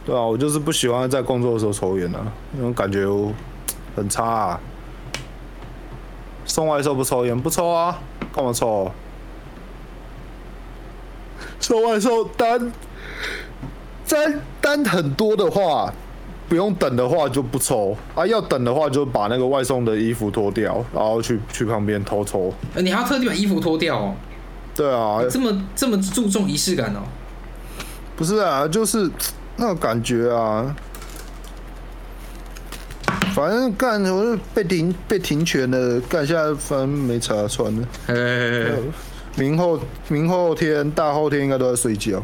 [SPEAKER 2] 对啊，我就是不喜欢在工作的时候抽烟啊，那种感觉我很差啊。送外售不抽烟，不抽啊，干嘛抽？送外售单单单很多的话，不用等的话就不抽啊，要等的话就把那个外送的衣服脱掉，然后去去旁边偷抽。
[SPEAKER 1] 呃你还要特地把衣服脱掉哦，
[SPEAKER 2] 对啊，
[SPEAKER 1] 这么这么注重仪式感哦。
[SPEAKER 2] 不是啊，就是那种感觉啊。反正干，我就被停被停权了，干下反正没查穿了。
[SPEAKER 1] 嘿嘿嘿嘿
[SPEAKER 2] 明后明后天大后天应该都在睡觉。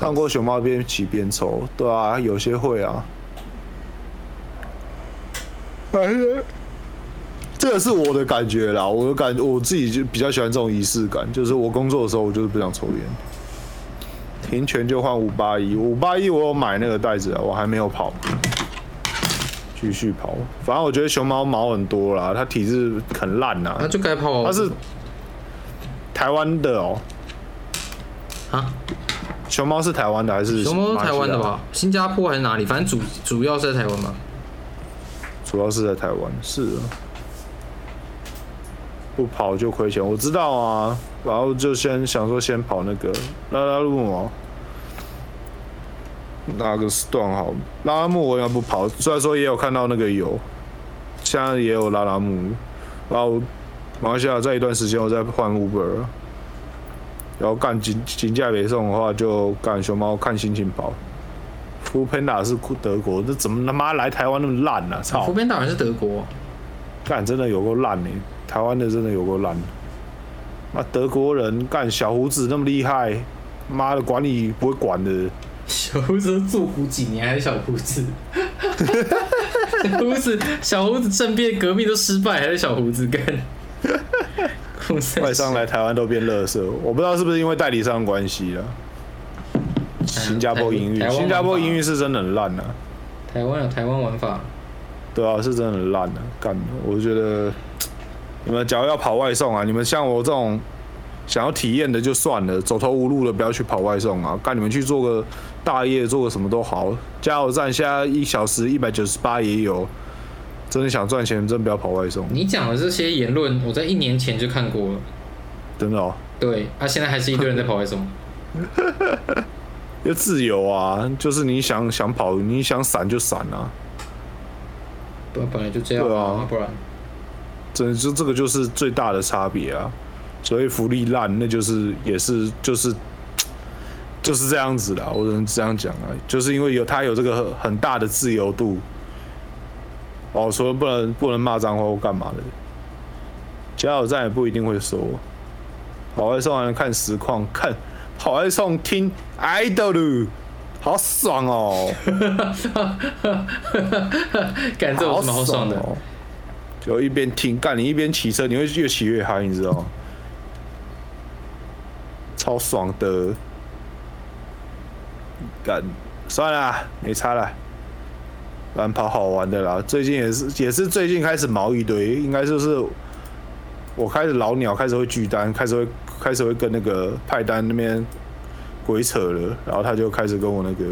[SPEAKER 2] 看过熊猫边骑边抽，对啊，有些会啊。哎呀，这个是我的感觉啦，我的感我自己就比较喜欢这种仪式感，就是我工作的时候我就是不想抽烟。停权就换五八一，五八一我有买那个袋子啊，我还没有跑，继续跑。反正我觉得熊猫毛很多啦，它体质很烂啊呐、
[SPEAKER 1] 啊那就该泡。
[SPEAKER 2] 它是台湾的哦，
[SPEAKER 1] 啊，
[SPEAKER 2] 熊猫是台湾的还是？
[SPEAKER 1] 熊猫是台湾的？吧？新加坡还是哪里？反正主主要是在台湾吧。
[SPEAKER 2] 主要是在台湾，是啊。不跑就亏钱，我知道啊。然后就先想说先跑那个拉拉木哦，那个 stone 好？拉拉木我应该不跑，虽然说也有看到那个有，现在也有拉拉木，然后马来西亚在一段时间我再换 Uber，啊然后干金金价北送的话就干熊猫看心情跑。福佩达是德国，这怎么他妈来台湾那么烂呢、啊？操！
[SPEAKER 1] 湖边岛还是德国？
[SPEAKER 2] 干真的有够烂呢，欸台湾的真的有够烂。那德国人干小胡子那么厉害，妈的管理不会管的，
[SPEAKER 1] 小胡子做胡几年还是小胡 子？小胡子，小胡子政变革命都失败，还是小胡子干？
[SPEAKER 2] 外商来台湾都变垃圾。我不知道是不是因为代理商的关系啊。新加坡营
[SPEAKER 1] 哎台湾
[SPEAKER 2] 运，新加坡营运是真的很烂啊，
[SPEAKER 1] 台湾有台湾玩法，
[SPEAKER 2] 对啊，是真的很烂啊。干，我觉得你们假如要跑外送啊，你们像我这种想要体验的就算了，走投无路的不要去跑外送啊，干你们去做个大夜，做个什么都好。加油站现在一小时一百九十八也有，真的想赚钱，真不要跑外送，
[SPEAKER 1] 你讲的这些言论，我在一年前就看过了。
[SPEAKER 2] 真的哦。
[SPEAKER 1] 对，啊，现在还是一堆人在跑外送。
[SPEAKER 2] 要自由啊，就是你想想跑，你想闪就闪啊。
[SPEAKER 1] 不然 本来就这样
[SPEAKER 2] 对啊
[SPEAKER 1] 不然
[SPEAKER 2] 这这这个就是最大的差别啊。所谓福利烂，那就是也是就是就是这样子啦，我只能这样讲啊，就是因为有他有这个很很大的自由度。哦，除了不能不能骂脏话或干嘛的，加油站也不一定会收。啊跑外送还能看实况，看跑外送听 idol，好爽哦！
[SPEAKER 1] 干这有什么好爽的？
[SPEAKER 2] 哦就一边听，干你一边骑车，你会越骑越嗨，你知道吗？超爽的，干算了，没差了。乱跑好玩的啦，最近也是也是最近开始毛一堆，应该就是我开始老鸟开始会拒单，开始会开始会跟那个派单那边鬼扯了，然后他就开始跟我那个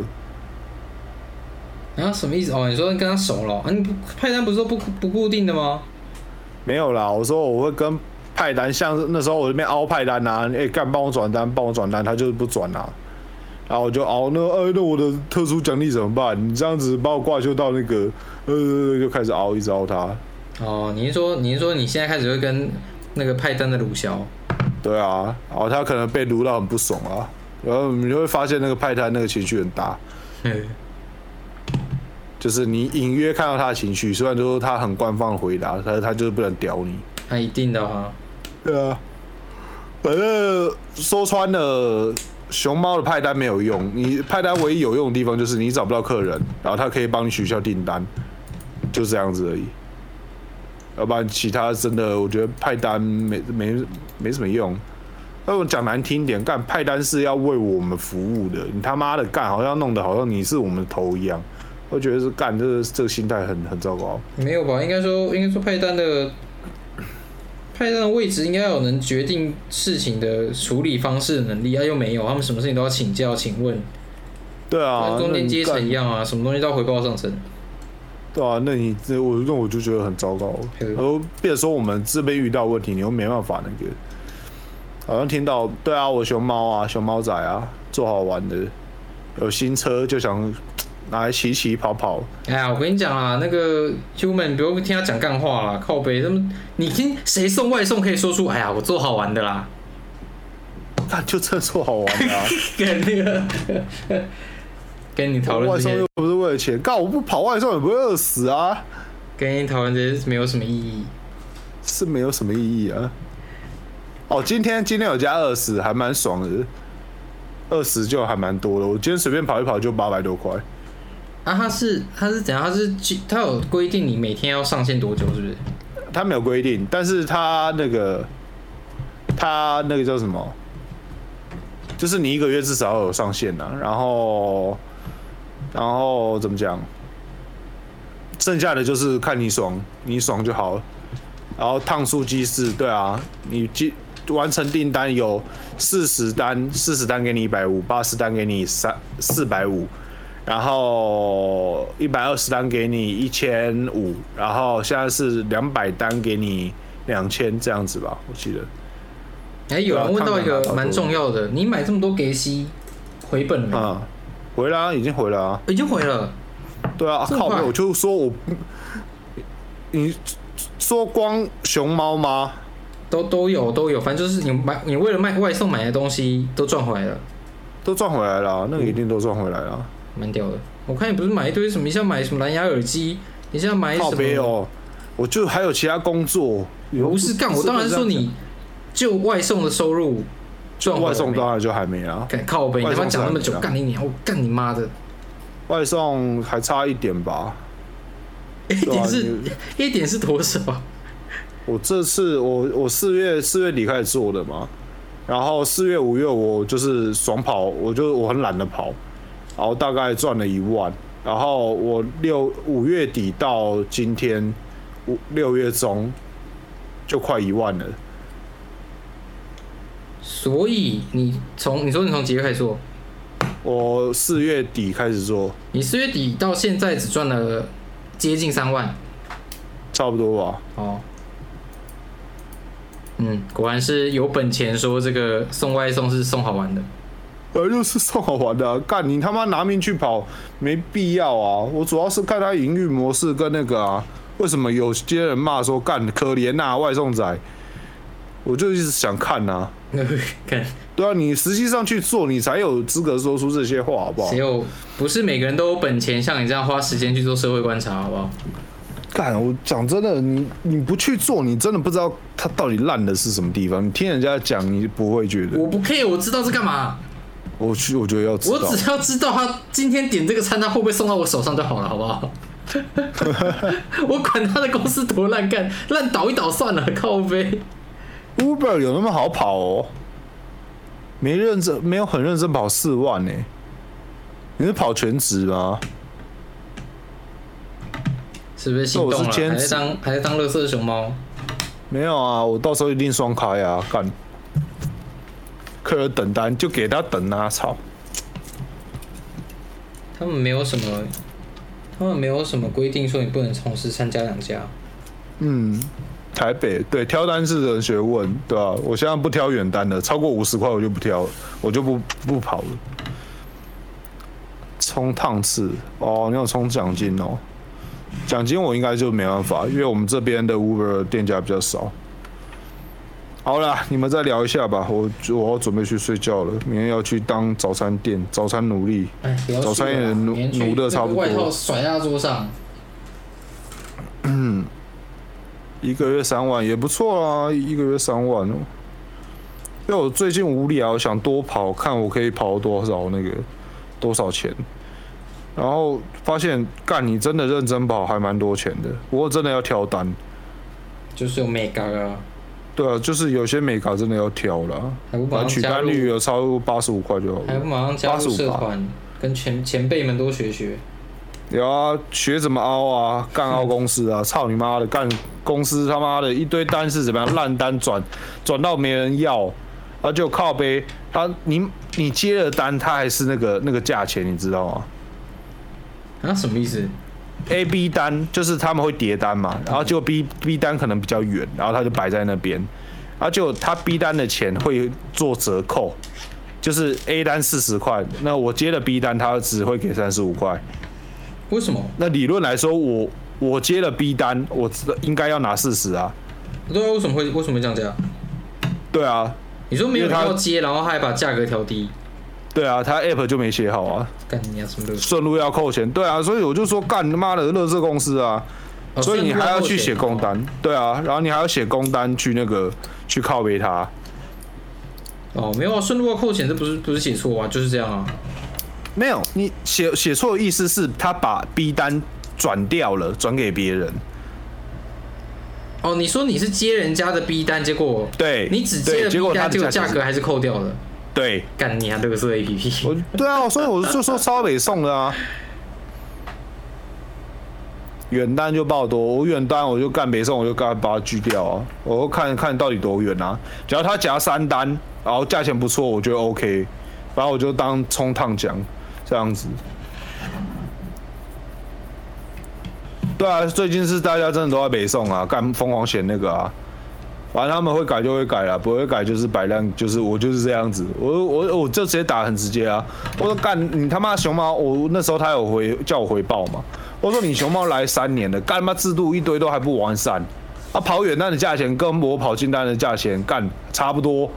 [SPEAKER 1] 啊，什么意思？哦，你说跟他熟了哦？啊，你不派单不是说不不固定的吗？
[SPEAKER 2] 没有啦，我说我会跟派单，像是那时候我这边凹派单啊，哎、干帮我转单，帮我转单，他就是不转啊，然后我就凹那呃、那我的特殊奖励怎么办？你这样子把我挂修到那个呃就开始凹，一直凹他，
[SPEAKER 1] 哦，你是说你是说你现在开始会跟那个派单的鲁枭？
[SPEAKER 2] 对啊，然后他可能被撸到很不爽啊，然后你就会发现那个派单那个情绪很大，
[SPEAKER 1] 嗯，
[SPEAKER 2] 就是你隐约看到他的情绪，虽然说他很官方的回答，但是他就是不能屌你。
[SPEAKER 1] 那一定的啊。
[SPEAKER 2] 对啊，反正说穿了，熊猫的派单没有用，你派单唯一有用的地方就是你找不到客人，然后他可以帮你取消订单，就这样子而已。要不然其他真的，我觉得派单没没没什么用。那我讲难听一点，干派单是要为我们服务的，你他妈的干，好像弄得好像你是我们的头一样，我觉得是干这个这个心态很很糟糕。
[SPEAKER 1] 没有吧？应该说，应该说派单的派单的位置应该有能决定事情的处理方式的能力啊，又没有，他们什么事情都要请教、请问，
[SPEAKER 2] 对啊，
[SPEAKER 1] 跟中间阶
[SPEAKER 2] 那
[SPEAKER 1] 层
[SPEAKER 2] 你
[SPEAKER 1] 一
[SPEAKER 2] 干
[SPEAKER 1] 样啊，什么东西都要回报上层。
[SPEAKER 2] 对啊，那你这我那我就觉得很糟糕。
[SPEAKER 1] 嗯
[SPEAKER 2] 然后，别说我们这边遇到问题，你又没办法那个，好像听到对啊，我熊猫啊，熊猫仔啊，做好玩的，有新车就想拿来骑骑跑跑。
[SPEAKER 1] 哎呀，我跟你讲啊，那个 human 不用听他讲干话啦，靠背他们，你听谁送外送可以说出，哎呀，我做好玩的啦，
[SPEAKER 2] 那就真的做好玩的啊！
[SPEAKER 1] 跟那个跟 你讨
[SPEAKER 2] 外
[SPEAKER 1] 论这
[SPEAKER 2] 送又
[SPEAKER 1] 些，
[SPEAKER 2] 不是为了钱，干我不跑外送也不会饿死啊，
[SPEAKER 1] 跟你讨论这些没有什么意义。
[SPEAKER 2] 是没有什么意义啊。哦，今天今天有加二十，还蛮爽的，二十就还蛮多的。我今天随便跑一跑就八百多块。
[SPEAKER 1] 啊，他是他是怎样？他是他有规定你每天要上线多久，是不是？
[SPEAKER 2] 他没有规定，但是他那个他那个叫什么？就是你一个月至少要有上限呐、然后然后怎么讲？剩下的就是看你爽，你爽就好了。然后烫数机制，对啊，你记完成订单有四十单，四十单给你一百五，八十单给你三四百五，然后一百二十单给你一千五，然后现在是两百单给你两千这样子吧，我记得。
[SPEAKER 1] 哎、有人问到一
[SPEAKER 2] 对啊
[SPEAKER 1] 个
[SPEAKER 2] 看
[SPEAKER 1] 蛮重要的，你买这么多给息，回本了没？
[SPEAKER 2] 嗯，回来、啊、已经回来啊。
[SPEAKER 1] 已经回了。
[SPEAKER 2] 对啊，啊
[SPEAKER 1] 这么
[SPEAKER 2] 靠
[SPEAKER 1] 快
[SPEAKER 2] 背，我就说我，你说光熊猫吗？
[SPEAKER 1] 都都有都有，反正就是你买你为了卖外送买的东西都赚回来了，
[SPEAKER 2] 都赚回来了啊、那个一定都赚回来了啊。
[SPEAKER 1] 蛮屌的。我看你不是买一堆什么，一下买什么蓝牙耳机，一下买什
[SPEAKER 2] 靠
[SPEAKER 1] 么，
[SPEAKER 2] 背哦，我就还有其他工作。
[SPEAKER 1] 不是干，我当然是说你就外送的收入赚回来
[SPEAKER 2] 外
[SPEAKER 1] 没
[SPEAKER 2] 送当然就还没啊，
[SPEAKER 1] 干哎靠背，你
[SPEAKER 2] 外
[SPEAKER 1] 他
[SPEAKER 2] 送
[SPEAKER 1] 妈讲那么久，
[SPEAKER 2] 赚
[SPEAKER 1] 干你娘，我干你妈的！
[SPEAKER 2] 外送还差一点吧。
[SPEAKER 1] 一
[SPEAKER 2] 对啊
[SPEAKER 1] 点是
[SPEAKER 2] 你
[SPEAKER 1] 一点是多少？
[SPEAKER 2] 我这次我我四月四月底开始做的嘛，然后四月五月我就是爽跑，我就我很懒得跑，然后大概赚了一万，然后我六五月底到今天五六月中就快一万了，
[SPEAKER 1] 所以你从你说你从几月开始做？
[SPEAKER 2] 我四月底开始做，
[SPEAKER 1] 你四月底到现在只赚了接近三万
[SPEAKER 2] 差不多吧。
[SPEAKER 1] 哦。 嗯，果然是有本钱说这个送外送是送好玩的。
[SPEAKER 2] 本来哎就是送好玩的、啊，干你他妈拿命去跑没必要啊！我主要是看他营运模式跟那个啊，为什么有些人骂说干可怜呐、外送仔，我就一直想看呐、
[SPEAKER 1] 看
[SPEAKER 2] 对啊，你实际上去做，你才有资格说出这些话，好不好
[SPEAKER 1] 谁？有不是每个人都有本钱像你这样花时间去做社会观察，好不好？
[SPEAKER 2] 干，我讲真的，你你不去做，你真的不知道他到底烂的是什么地方。你听人家讲，你不会觉得。
[SPEAKER 1] 我不 care，我知道是干嘛，
[SPEAKER 2] 我去，我觉得要知道。
[SPEAKER 1] 我只要知道他今天点这个餐，他会不会送到我手上就好了，好不 好？我管他的公司多烂干，烂倒一倒算了，靠背。
[SPEAKER 2] Uber 有那么好跑哦？没认真，没有很认真跑四万呢、你是跑全职吗？
[SPEAKER 1] 是不是心动
[SPEAKER 2] 那
[SPEAKER 1] 了？
[SPEAKER 2] 我是兼
[SPEAKER 1] 还
[SPEAKER 2] 职
[SPEAKER 1] 在当还在当乐色熊猫？
[SPEAKER 2] 没有啊，我到时候一定双开啊，干！客人等单就给他等啊，操！
[SPEAKER 1] 他们没有什么，他们没有什么规定说你不能同时参加两家。
[SPEAKER 2] 嗯，台北对挑单是人学问，对吧、我现在不挑远单的，超过五十块我就不挑了，我就不不跑了。冲趟次哦，你有冲奖金哦，奖金我应该就没办法，因为我们这边的 Uber 店家比较少。好啦，你们再聊一下吧，我我要准备去睡觉了，明天要去当早餐店早餐奴隶。
[SPEAKER 1] 哎，不要
[SPEAKER 2] 早餐也奴奴得
[SPEAKER 1] 的
[SPEAKER 2] 差不多
[SPEAKER 1] 外套甩在他桌上，
[SPEAKER 2] 一个月三万也不错啊，一个月三万哦。因为我最近无聊，想多跑，看我可以跑多少那个多少钱。然后发现干，你真的认真跑还蛮多钱的。不过真的要挑单，
[SPEAKER 1] 就是有美感啊，
[SPEAKER 2] 对啊，就是有些美卡真的要挑啦。
[SPEAKER 1] 还不马
[SPEAKER 2] 然
[SPEAKER 1] 上
[SPEAKER 2] 后取
[SPEAKER 1] 加
[SPEAKER 2] 单
[SPEAKER 1] 入，
[SPEAKER 2] 率有超过八十五块就好
[SPEAKER 1] 还不
[SPEAKER 2] 了。
[SPEAKER 1] 马上加入
[SPEAKER 2] 85
[SPEAKER 1] 社
[SPEAKER 2] 吧
[SPEAKER 1] 团，跟前前辈们多学学。
[SPEAKER 2] 有啊，学怎么凹啊，干凹公司啊，操你妈的，干公司他妈的一堆单是怎么样烂单转，转到没人要，啊就靠呗，他你你接了单，他还是那个那个价钱，你知道吗
[SPEAKER 1] 啊，什么意思？
[SPEAKER 2] ？A、B 单就是他们会叠单嘛，然后就 B B 单可能比较远，然后他就摆在那边，啊就他 B 单的钱会做折扣，就是 A 单四十块，那我接了 B 单，他只会给三十五块。
[SPEAKER 1] 为什么？
[SPEAKER 2] 那理论来说，我我接了 B 单，我知道应该要拿四十啊。
[SPEAKER 1] 对啊，为什么会为什么会降价？
[SPEAKER 2] 对啊，
[SPEAKER 1] 你说没有
[SPEAKER 2] 因
[SPEAKER 1] 人
[SPEAKER 2] 为他
[SPEAKER 1] 要接，然后还把价格调低，
[SPEAKER 2] 对啊，他 app 就没写好啊，
[SPEAKER 1] 干你啊什么的。
[SPEAKER 2] 顺路要扣钱。对啊，所以我就说干他妈的乐色公司啊，
[SPEAKER 1] 哦
[SPEAKER 2] 所以你还要去写工。
[SPEAKER 1] 所以
[SPEAKER 2] 单。对啊，然后你还要写工单去那个去靠背他。
[SPEAKER 1] 你扣钱哦，没有啊，顺路要扣钱，这不是不是写错啊，就是这样啊。
[SPEAKER 2] 没有，你写写错的意思是他把 B 单转掉了，转给别人。
[SPEAKER 1] 哦，你说你是接人家的 B 单，结果
[SPEAKER 2] 对，
[SPEAKER 1] 你只
[SPEAKER 2] 对
[SPEAKER 1] 接了
[SPEAKER 2] 结果
[SPEAKER 1] B
[SPEAKER 2] 他
[SPEAKER 1] 单，
[SPEAKER 2] 的
[SPEAKER 1] 结果
[SPEAKER 2] 钱
[SPEAKER 1] 价
[SPEAKER 2] 是
[SPEAKER 1] 格还是扣掉了。
[SPEAKER 2] 对。
[SPEAKER 1] 干你啊，这个是 A P P。
[SPEAKER 2] 我对啊，所以我就说超北送的啊，远单就爆多，我远单我就干北送，我就干把它拒掉啊，我就看看到底多远啊，只要他夹三单，然后价钱不错，我觉得 OK，然后我就当冲烫奖这样子。对啊，最近是大家真的都在北送啊，干疯狂选那个啊。反正他们会改就会改啦，不会改就是摆烂，就是我就是这样子，我我我就直接打很直接啊！我说干你他妈熊猫，我那时候他有回叫我回报嘛，我说你熊猫来三年了，干他妈制度一堆都还不完善，啊跑远单的价钱跟我跑近单的价钱干差不多，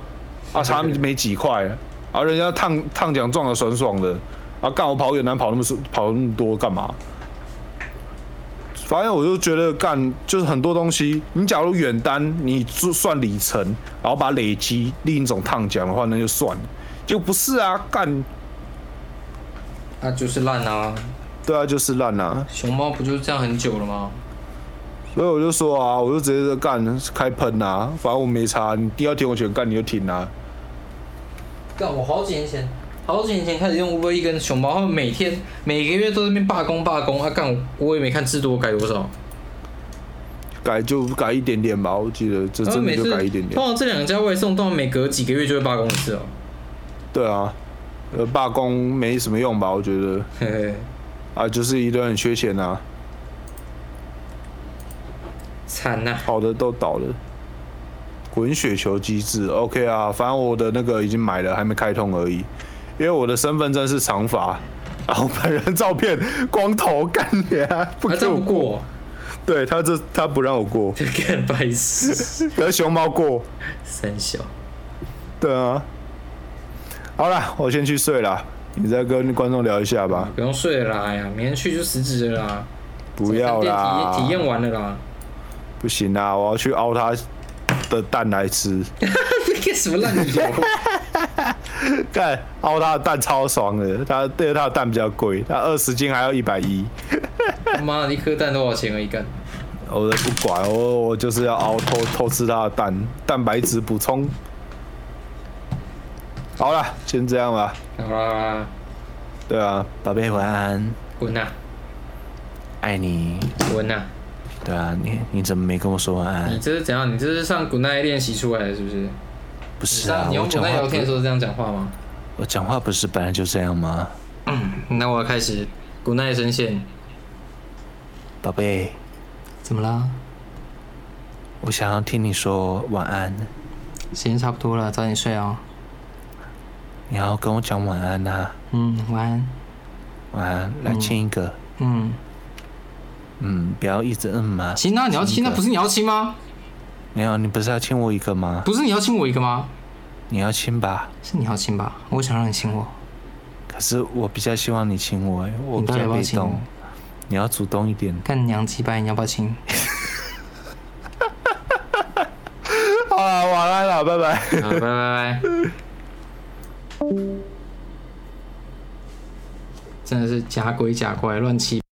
[SPEAKER 2] 啊差没几块，啊人家烫烫奖撞的爽爽的，啊干我跑远单跑那么爽跑那么多干嘛？反正我就觉得干就是很多东西，你假如远单，你就算里程，然后把累积另一种烫奖的话，那就算了。就不是啊，干
[SPEAKER 1] 啊，就是烂啊！
[SPEAKER 2] 对啊，就是烂啊。
[SPEAKER 1] 熊猫不就是这样很久了吗？
[SPEAKER 2] 所以我就说啊，我就直接干开喷啊，反正我没差，你第二天我选干你就停啊。
[SPEAKER 1] 干，我好几年前，好几年前开始用 Uber E 跟熊猫，他们每天每个月都在那边罢工罢工啊！干，我我也没看制度我改多少，
[SPEAKER 2] 改就改一点点吧，我记得这
[SPEAKER 1] 他们嗯
[SPEAKER 2] 真
[SPEAKER 1] 每
[SPEAKER 2] 的
[SPEAKER 1] 次
[SPEAKER 2] 就改一点点
[SPEAKER 1] 通。常这两家外送，到每隔几个月就会罢工一次哦。
[SPEAKER 2] 对啊，呃，罢工没什么用吧，我觉得
[SPEAKER 1] 嘿嘿，
[SPEAKER 2] 啊，就是一堆人缺钱啊，
[SPEAKER 1] 惨呐、
[SPEAKER 2] 好的都倒了。滚雪球机制，OK 啊，反正我的那个已经买了，还没开通而已。因为我的身份证是长发，然后本人照片光头，干你啊！不
[SPEAKER 1] 他
[SPEAKER 2] 给
[SPEAKER 1] 这
[SPEAKER 2] 我
[SPEAKER 1] 不过，
[SPEAKER 2] 对他这他不让我过，
[SPEAKER 1] 这个白痴，
[SPEAKER 2] 可是熊猫过，
[SPEAKER 1] 三小。
[SPEAKER 2] 对啊。好了，我先去睡了，你再跟观众聊一下吧。
[SPEAKER 1] 不用睡了啦，哎呀，明天去就辞职了啦。
[SPEAKER 2] 不要啦，
[SPEAKER 1] 体验体验完了 啦。
[SPEAKER 2] 不行啦，我要去熬他的蛋来吃。
[SPEAKER 1] 这个什么烂理由？
[SPEAKER 2] 干凹他的蛋超爽的，他对他的蛋比较贵，他二十斤还要一百一。
[SPEAKER 1] 他 妈的，一颗蛋多少钱而已干？
[SPEAKER 2] 我都不管，我我就是要凹偷偷吃他的蛋，蛋白质补充。好了，先这样吧。
[SPEAKER 1] 好啦好啦，
[SPEAKER 2] 对啊，宝贝晚安，
[SPEAKER 1] 滚呐
[SPEAKER 2] 爱你。
[SPEAKER 1] 滚呐！
[SPEAKER 2] 对啊，你你怎么没跟我说晚
[SPEAKER 1] 你
[SPEAKER 2] 安？
[SPEAKER 1] 这是怎样？你这是上 Good Night 练习出来的，是不是？
[SPEAKER 2] 不是
[SPEAKER 1] 上
[SPEAKER 2] 啊，
[SPEAKER 1] 你
[SPEAKER 2] 我
[SPEAKER 1] 用 Good
[SPEAKER 2] 讲
[SPEAKER 1] Night
[SPEAKER 2] 话
[SPEAKER 1] 聊天的时
[SPEAKER 2] 不
[SPEAKER 1] 候是这样讲话吗？
[SPEAKER 2] 我讲话不是本来就这样吗？
[SPEAKER 1] 那我要开始 Good Night 声线。
[SPEAKER 2] 宝贝，
[SPEAKER 1] 怎么啦？
[SPEAKER 2] 我想要听你说晚安，
[SPEAKER 1] 时间差不多了，早点睡哦。
[SPEAKER 2] 你要跟我讲晚安呐、啊，
[SPEAKER 1] 嗯，晚安。
[SPEAKER 2] 晚安，来亲一个。
[SPEAKER 1] 嗯，
[SPEAKER 2] 嗯，不要一直摁嘛。
[SPEAKER 1] 亲啊，你要亲啊，不是你要亲吗？
[SPEAKER 2] 没有，你不是要亲我一个吗？
[SPEAKER 1] 不是你要亲我一个吗？
[SPEAKER 2] 你要亲吧，
[SPEAKER 1] 是你要亲吧？我想让你亲我。
[SPEAKER 2] 可是我比较希望你亲我，欸我
[SPEAKER 1] 你
[SPEAKER 2] 比
[SPEAKER 1] 到底
[SPEAKER 2] 较
[SPEAKER 1] 要不要
[SPEAKER 2] 被
[SPEAKER 1] 亲
[SPEAKER 2] 动
[SPEAKER 1] 我。
[SPEAKER 2] 你要主动一点。
[SPEAKER 1] 干娘鸡掰，你要不要亲？
[SPEAKER 2] 好了，晚安了，拜拜。
[SPEAKER 1] 好，拜 拜拜。真的是假鬼假怪，乱七